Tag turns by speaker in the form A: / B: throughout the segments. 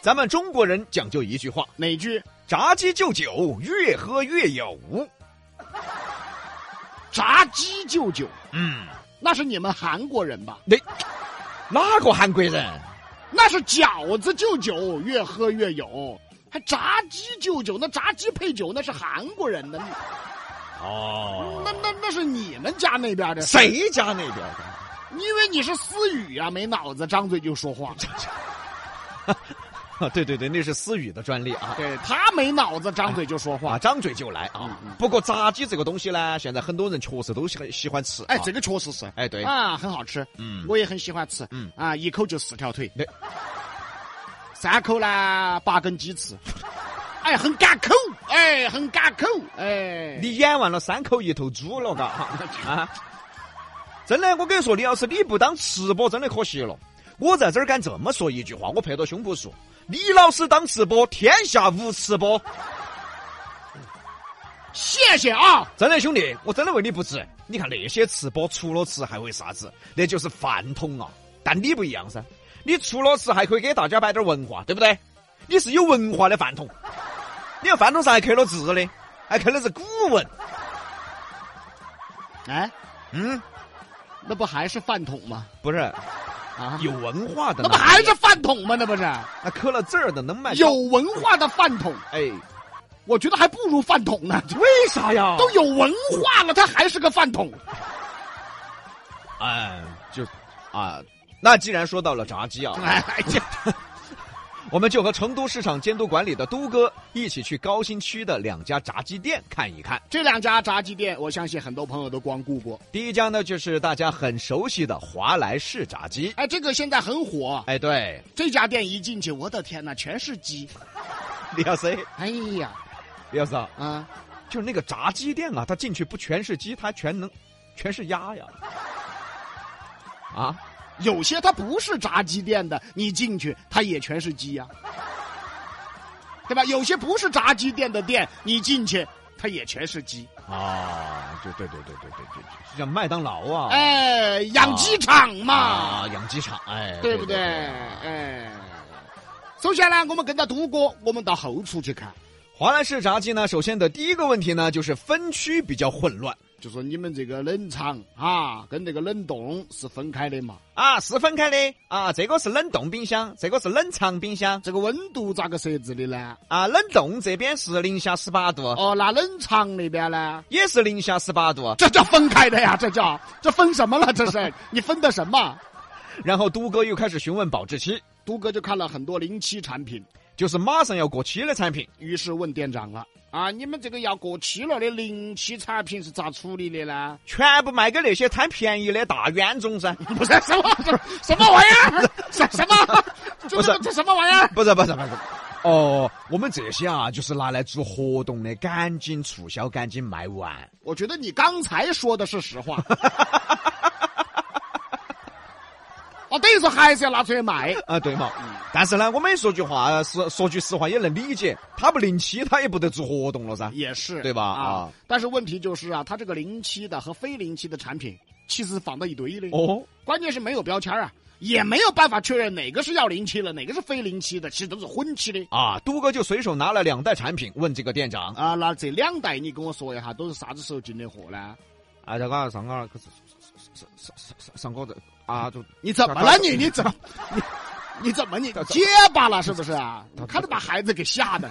A: 咱们中国人讲究一句话：
B: 哪句？
A: 炸鸡就酒，越喝越有。
B: 嗯炸鸡就酒，
A: 嗯，
B: 那是你们韩国人吧？
A: 那哪个韩国人？
B: 那是饺子就酒，越喝越有。还炸鸡就酒，那炸鸡配酒那是韩国人的，
A: 哦
B: 那那那是你们家那边的。
A: 谁家那边的？
B: 你以为你是思雨啊？没脑子，张嘴就说话。
A: 啊， 对对对，那是思雨的专利啊。
B: 对他没脑子，张嘴就说话
A: 哇，。张嘴就来啊！
B: 嗯嗯
A: 不过炸鸡这个东西呢，现在很多人确实都喜欢喜欢吃、
B: 哎，这个确实是。
A: 哎对
B: 啊，很好吃。
A: 嗯
B: 我也很喜欢吃。
A: 嗯
B: 啊，一口就四条腿
A: 对。
B: 三口呢，八根鸡 翅。哎，很赶口，哎，很赶口，哎。
A: 你演完了三口一头猪了，嘎哈啊！真的，我跟你说，李老师，你不当吃播真的可惜了。我在这儿敢这么说一句话，我拍着胸脯说，李老师当吃播，天下无吃播。
B: 谢谢啊，
A: 真的，兄弟，我真的为你不值。你看那些吃播，除了吃还会啥子？那就是饭桶啊！但你不一样噻，你除了吃还可以给大家摆点文化，对不对？你是有文化的饭桶，你看饭桶上还刻了字的，还刻的是古文。
B: 哎，
A: 嗯，
B: 那不还是饭桶吗？
A: 不是
B: 啊，
A: 有哎文化的呢，
B: 那不还是饭桶吗？那不是
A: 那刻了字儿的能卖
B: 有文化的饭桶，
A: 哎？
B: 我觉得还不如饭桶呢。
A: 为啥呀？
B: 都有文化了，他还是个饭桶。
A: 哎，就啊，那既然说到了炸鸡啊，
B: 哎呀，
A: 我们就和成都市场监督管理的都哥一起去高新区的两家炸鸡店看一看。
B: 这两家炸鸡店，我相信很多朋友都光顾过。
A: 第一家呢，就是大家很熟悉的华莱士炸鸡。
B: 哎，这个现在很火，
A: 哎，对，
B: 这家店一进去，我的天哪，全是鸡！
A: 李老师，
B: 哎呀，
A: 李老师啊，
B: 啊，
A: 就是那个炸鸡店啊，它进去不全是鸡，它全能，全是鸭呀。啊，
B: 有些它不是炸鸡店的，你进去它也全是鸡呀、对吧？有些不是炸鸡店的店，你进去它也全是鸡。
A: 啊，就对对对对对对，就像麦当劳啊，
B: 哎，养鸡场嘛，
A: 啊，养鸡场，哎，
B: 对不对？
A: 对
B: 哎，首先呢，我们跟着都哥，我们到后厨去看。
A: 华莱士炸鸡呢，首先的第一个问题呢，就是分区比较混乱
B: 就说你们这个冷藏啊，跟这个冷冻是分开的嘛？
A: 啊，是分开的啊，这个是冷冻冰箱，这个是冷藏冰箱
B: 这个温度咋个设置的呢？
A: 啊，冷冻这边是零下十八度，
B: 哦，那冷藏那边呢？
A: 也是零下十八度。
B: 这叫分开的呀，这叫这分什么了？这是你分的什 么？
A: 然后都哥又开始询问保质期，
B: 都哥就看了很多临期产品，
A: 就是马上要过期的产品。
B: 于是问店长了啊，你们这个要过期了的临期产品是咋处理的呢？
A: 全部卖给那些贪便宜的大冤种噻！
B: 不是什么什么什么玩意儿？什什么？这
A: 不是
B: 这这什么玩意儿？
A: 不是不是不是，哦，我们这些啊，就是拿来做活动的，赶紧促销，赶紧卖完。
B: 我觉得你刚才说的是实话。 哦，等于说还是要拿出去卖。
A: 啊，对嘛。
B: 嗯
A: 但是呢，我们也说句话，是说句实话也能理解，他不临期，他也不得做活动了噻。
B: 也是
A: 对吧啊
B: 但是问题就是啊，它这个临期的和非临期的产品其实放到一堆的，
A: 哦，
B: 关键是没有标签啊，也没有办法确认哪个是要临期了，哪个是非临期的，其实都是混期的。
A: 啊，都哥就随手拿了两袋产品，问这个店长
B: 啊，那这两袋你跟我说一下，都是啥子时候进的货呢？
A: 啊，这个上个上上上上上个的啊，就
B: 你怎么了你？你怎么？你你怎么你结巴了是不是啊？我看都把孩子给吓的。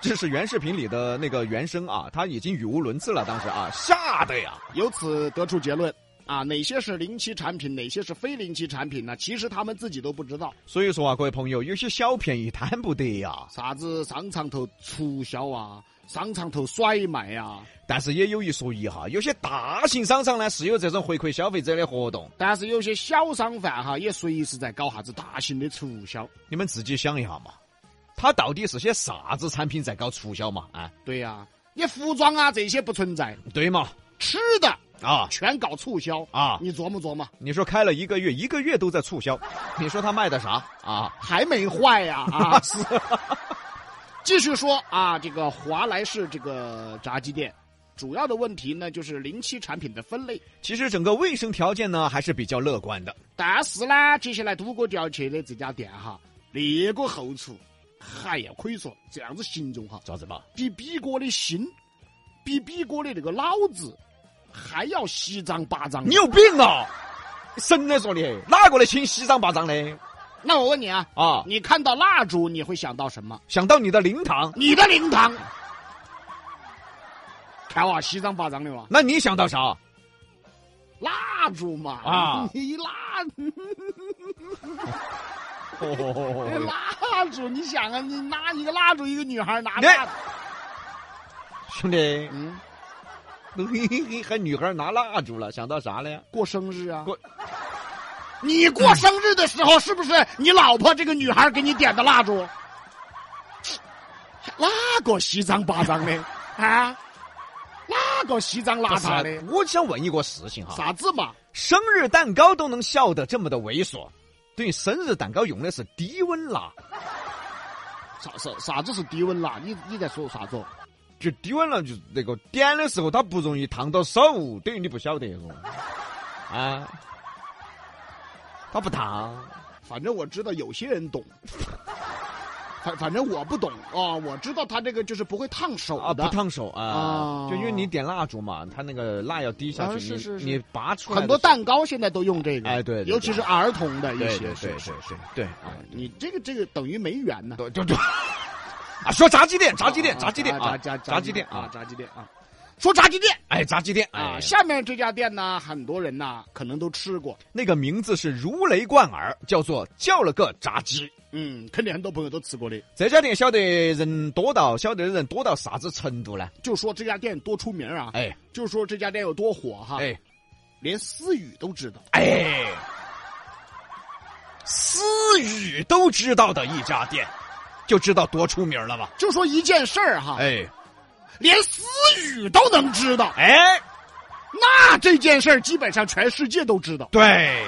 A: 这是原视频里的那个原声啊，他已经语无伦次了，当时啊，吓得呀。
B: 由此得出结论啊，哪些是临期产品，哪些是非临期产品呢？其实他们自己都不知道，
A: 所以说啊，各位朋友，有些小便宜贪不得呀，
B: 啥子商场头促销啊，商场头甩卖啊。
A: 但是也有一说一哈，有些大型商场呢是有这种回馈消费者的活动，
B: 但是有些小商贩哈，也随时在搞啥子大型的促销。
A: 你们自己想一下嘛，它到底是些啥子产品在搞促销嘛？啊，
B: 对呀、你服装啊这些不存在，
A: 对嘛？
B: 吃的
A: 啊
B: 全搞促销。
A: 啊，
B: 你琢磨琢磨，
A: 你说开了一个月，一个月都在促销，你说他卖的啥啊？
B: 还没坏呀啊！ 是。继续说啊，这个华莱士这个炸鸡店，主要的问题呢就是临期产品的分类。
A: 其实整个卫生条件呢还是比较乐观的。
B: 但是呢，接下来都哥就要去的这家店哈，那个后厨，哎呀，可以说这样子形容哈，
A: 咋子嘛？
B: 比比哥的心，比比哥的那个脑子还要稀张八张。
A: 你有病啊！神来说你，哪个来亲西张八张的
B: 那我问你啊，
A: 啊？
B: 你看到蜡烛你会想到什么？
A: 想到你的灵堂，
B: 你的灵堂。看哇，稀张八张的哇，
A: 那你想到啥？
B: 蜡烛嘛
A: 啊
B: 你蜡
A: 哦，
B: 蜡烛，你想啊，你拿一个蜡烛，一个女孩拿
A: 你
B: 蜡烛，
A: 兄弟，
B: 嗯，
A: 嘿嘿嘿，还女孩拿蜡烛了，想到啥了呀？
B: 过生日啊，
A: 过
B: 你过生日的时候，是不是你老婆这个女孩给你点的蜡烛？ 哪个稀张八张的啊？哪个稀张邋遢的？
A: 我想问一个事情哈，
B: 啥子嘛？
A: 生日蛋糕都能笑得这么的猥琐，对于生日蛋糕用的是低温蜡，
B: 啥啥啥子是低温蜡？你你在说啥子？
A: 就低温蜡就那个点的时候它不容易烫到手，等于你不晓得 哦，啊，它不烫。
B: 反正我知道有些人懂，反反正我不懂啊、我知道他这个就是不会烫手
A: 啊，不
B: 的。
A: 烫手啊，
B: 哦
A: 就因为你点蜡烛嘛，它那个蜡要滴下去，
B: 啊
A: 你
B: 是是是
A: 你拔出来
B: 很多
A: 蛋，
B: 蛋糕现在都用这个，
A: 哎对对对
B: 尤其是儿童的一
A: 对对
B: 些，
A: 对
B: 是
A: 对
B: 不是
A: 对对啊
B: 啊，你这个这个等于没缘呢。
A: 对对对，啊，说炸鸡店，炸鸡店，
B: 啊
A: 炸鸡店
B: 炸
A: 啊，
B: 炸
A: 炸鸡店
B: 啊，
A: 啊，
B: 炸鸡店啊。说炸鸡店
A: 哎，炸鸡店
B: 啊，
A: 哎，
B: 下面这家店呢，很多人呐可能都吃过，
A: 那个名字是如雷贯耳，叫做叫了个炸鸡。
B: 嗯，肯定很多朋友都吃过的。
A: 这家店晓得人多到晓得人多到啥子程度呢？
B: 就说这家店多出名啊，
A: 哎
B: 就说这家店有多火哈，
A: 哎
B: 连思雨都知道。
A: 哎，思雨都知道的一家店，就知道多出名了吧？
B: 就说一件事儿哈，
A: 哎
B: 连思雨都能知道，
A: 哎。
B: 那这件事儿基本上全世界都知道。
A: 对，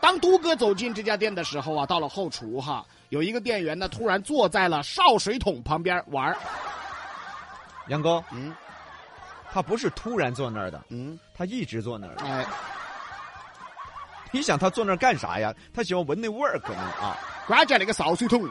B: 当都哥走进这家店的时候啊，到了后厨哈，有一个店员呢突然坐在了烧水桶旁边玩儿，
A: 杨哥，
B: 嗯
A: 他不是突然坐那儿的，
B: 嗯，
A: 他一直坐那儿。
B: 哎，
A: 你想他坐那儿干啥呀？他喜欢闻那味儿，可能啊。
B: 关键那个烧水桶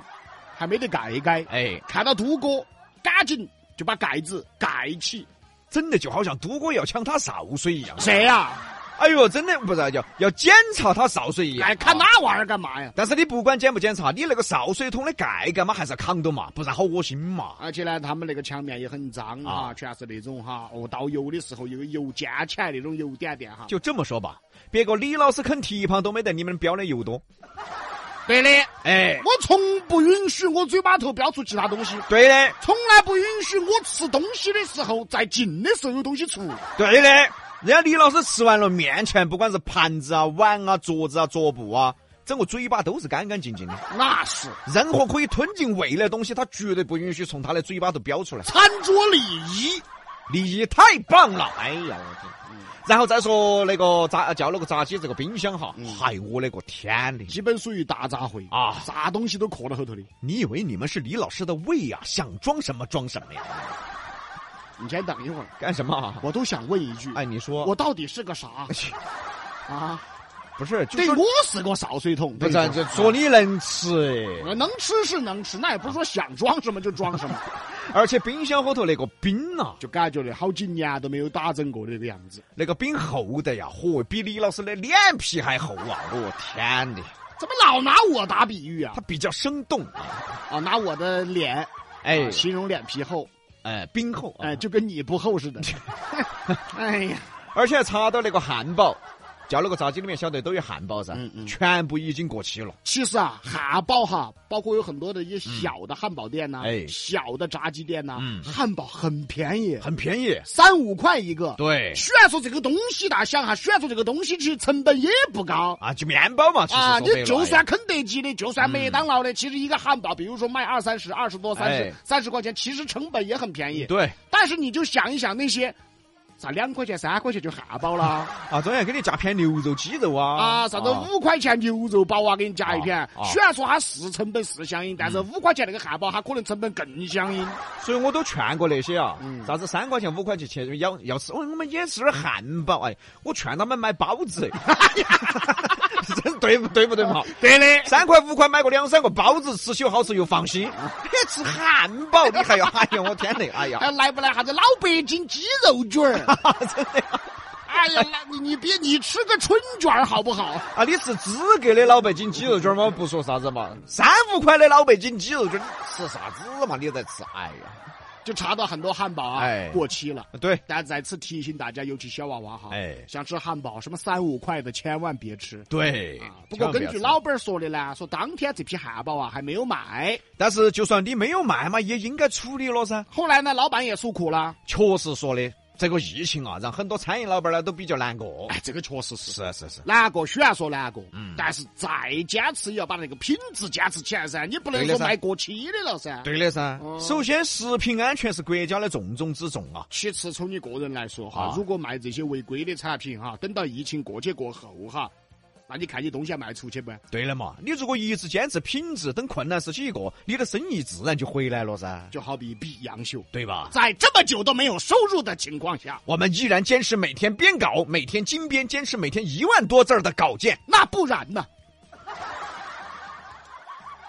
B: 还没得盖盖，
A: 哎，
B: 看到都哥，赶紧就把盖子盖起。
A: 真的就好像都哥要抢他潲水一样。
B: 谁呀、
A: 哎呦，真的不是要要检查他潲水一样。
B: 哎，看
A: 啊
B: 那玩意儿干嘛呀？
A: 但是你不管检不检查，你那个潲水桶的盖盖嘛，还是要扛到嘛，不然好恶心嘛。
B: 而且呢，他们那个墙面也很脏啊，
A: 啊
B: 全是那种哈，哦，倒油的时候有个油溅起来那种油点点哈。
A: 就这么说吧，别个李老师啃蹄膀都没得你们标的油多。
B: 对的，
A: 哎，
B: 我从不允许我嘴巴头飙出其他东西，
A: 对的，
B: 从来不允许我吃东西的时候在进的时候有东西出。
A: 对的，人家李老师吃完了面前，不管是盘子啊、碗啊、桌子啊、桌布啊，整个嘴巴都是干干净净的。
B: 那是
A: 任何可以吞进胃的东西，他绝对不允许从他的嘴巴头飙出来。
B: 餐桌礼仪。
A: 利益太棒了！哎呀，我天！然后再说那个炸呃叫那个炸鸡这个冰箱哈，嗨、我勒个天的！
B: 基本属于大杂烩
A: 啊
B: 啥东西都刻到后头的。
A: 你以为你们是李老师的胃啊？想装什么装什么呀？
B: 你先等一会儿，
A: 干什么啊？
B: 我都想问一句，
A: 哎，你说
B: 我到底是个啥啊？
A: 不是？就
B: 对
A: 是
B: 我是个潲水桶，
A: 不是
B: 对吧
A: 这说你能吃，
B: 我能吃是能吃，那也不是说想装什么就装 什么，
A: 而且冰箱后头那个冰啊，
B: 就感觉的好几年都没有打整过这个样子。
A: 那个冰厚的呀，嚯，比李老师的脸皮还厚啊！我天的，
B: 怎么老拿我打比喻啊
A: 它？比较生动啊！
B: 啊，拿我的脸，
A: 哎
B: 啊形容脸皮厚，
A: 哎，冰厚啊
B: 哎，就跟你不厚似 的。哎呀，
A: 而且查到那个汉堡，叫那个炸鸡里面晓得都有汉堡噻，
B: 嗯嗯
A: 全部已经过期了。
B: 其实啊，汉堡哈，包括有很多的一些小的汉堡店呐、
A: 哎
B: 小的炸鸡店呐、
A: 嗯
B: 汉堡很便宜，
A: 很便宜。
B: 三五块一个。
A: 对，
B: 选出这个东西，大家想哈，选出这个东西其实成本也不高。
A: 啊，就面包嘛，其实说
B: 啊，你
A: 白了
B: 就算肯德基的，就算麦当劳的，其实一个汉堡，比如说卖二三十、二十多、三十
A: 哎、
B: 三十块钱，其实成本也很便宜。
A: 对
B: 但是你就想一想那些，咋两块钱、三块钱就汉堡啦？
A: 啊，中间给你夹片牛肉、鸡肉啊，
B: 啊，啥子五块钱牛肉包啊，给你加一片
A: 啊嗯啊。
B: 虽然说它是成本是相应，但是五块钱那个汉堡，它可能成本更相应。
A: 所以我都劝过那些啊，
B: 嗯
A: 啥子三块钱、五块钱去要要哎 吃，我我们也吃点汉堡，哎，我劝他们买包子，真对不对不对嘛？
B: 对的，
A: 三块五块买个两三个包子，吃起又好吃又放心。
B: 啊
A: 吃汉堡你还要，哎呀，我天嘞，哎 呀，
B: 还来不来啥子老北京鸡肉 卷儿？
A: 真的啊
B: 哎呀，来你你别你吃个春卷儿好不好？
A: 啊！你是资格的老北京鸡肉卷嘛？不说啥子嘛，三五块的老北京鸡肉卷，你吃啥子嘛？你在吃，哎呀，
B: 就查到很多汉堡啊、
A: 哎
B: 过期了。
A: 对，
B: 但再次提醒大家，尤其小娃娃哈，
A: 哎
B: 想吃汉堡，什么三五块的千万别吃。
A: 对
B: 啊，不过根据老，板儿说的呢，说当天这批汉堡啊还没有卖。
A: 但是就算你没有卖嘛，也应该处理了噻。
B: 后来呢，老板也诉苦了。
A: 确实说的，这个疫情啊，让很多餐饮老板呢都比较难过。
B: 哎，这个确实是
A: 是是是，
B: 难过，虽然说难过，
A: 嗯
B: 但是再坚持也要把那个品质坚持起来噻，你不能
A: 对的
B: 说
A: 噻
B: 卖过期的了噻。
A: 对的噻。首先，食品安全是国家的重中之重啊。
B: 其次，从你个人来说哈
A: 啊，
B: 如果卖这些违规的产品哈，等到疫情过去过后哈，那你看你东西还卖出去不？
A: 对了嘛，你如果一直坚持品质，等困难时期一过，你的生意自然就回来了噻，
B: 就好比比洋秀，
A: 对吧？
B: 在这么久都没有收入的情况下，
A: 我们依然坚持每天编稿，每天精编，坚持每天一万多字儿的稿件。
B: 那不然呢？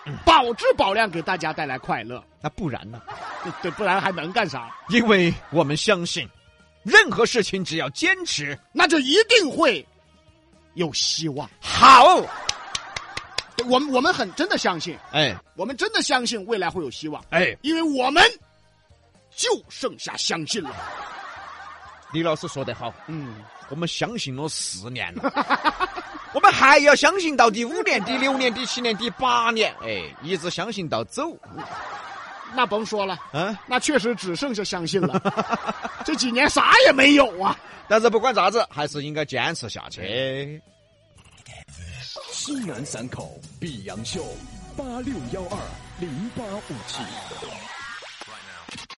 A: 嗯
B: 保质保量给大家带来快乐，
A: 那不然呢？
B: 对，不然还能干啥？
A: 因为我们相信，任何事情只要坚持，
B: 那就一定会有希望。
A: 好，
B: 对我们我们很真的相信，
A: 哎
B: 我们真的相信未来会有希望，
A: 哎，
B: 因为我们就剩下相信了。
A: 李老师说得好，
B: 嗯，
A: 我们相信了四年了。我们还要相信到第五年、第六年、第七年、第八年，哎，一直相信到走。
B: 那甭说了。
A: 嗯，
B: 那确实只剩下相信了。这几年啥也没有啊！
A: 但是不管啥子，还是应该坚持下去。
C: 西南散口碧阳秀，八六幺二零八五七。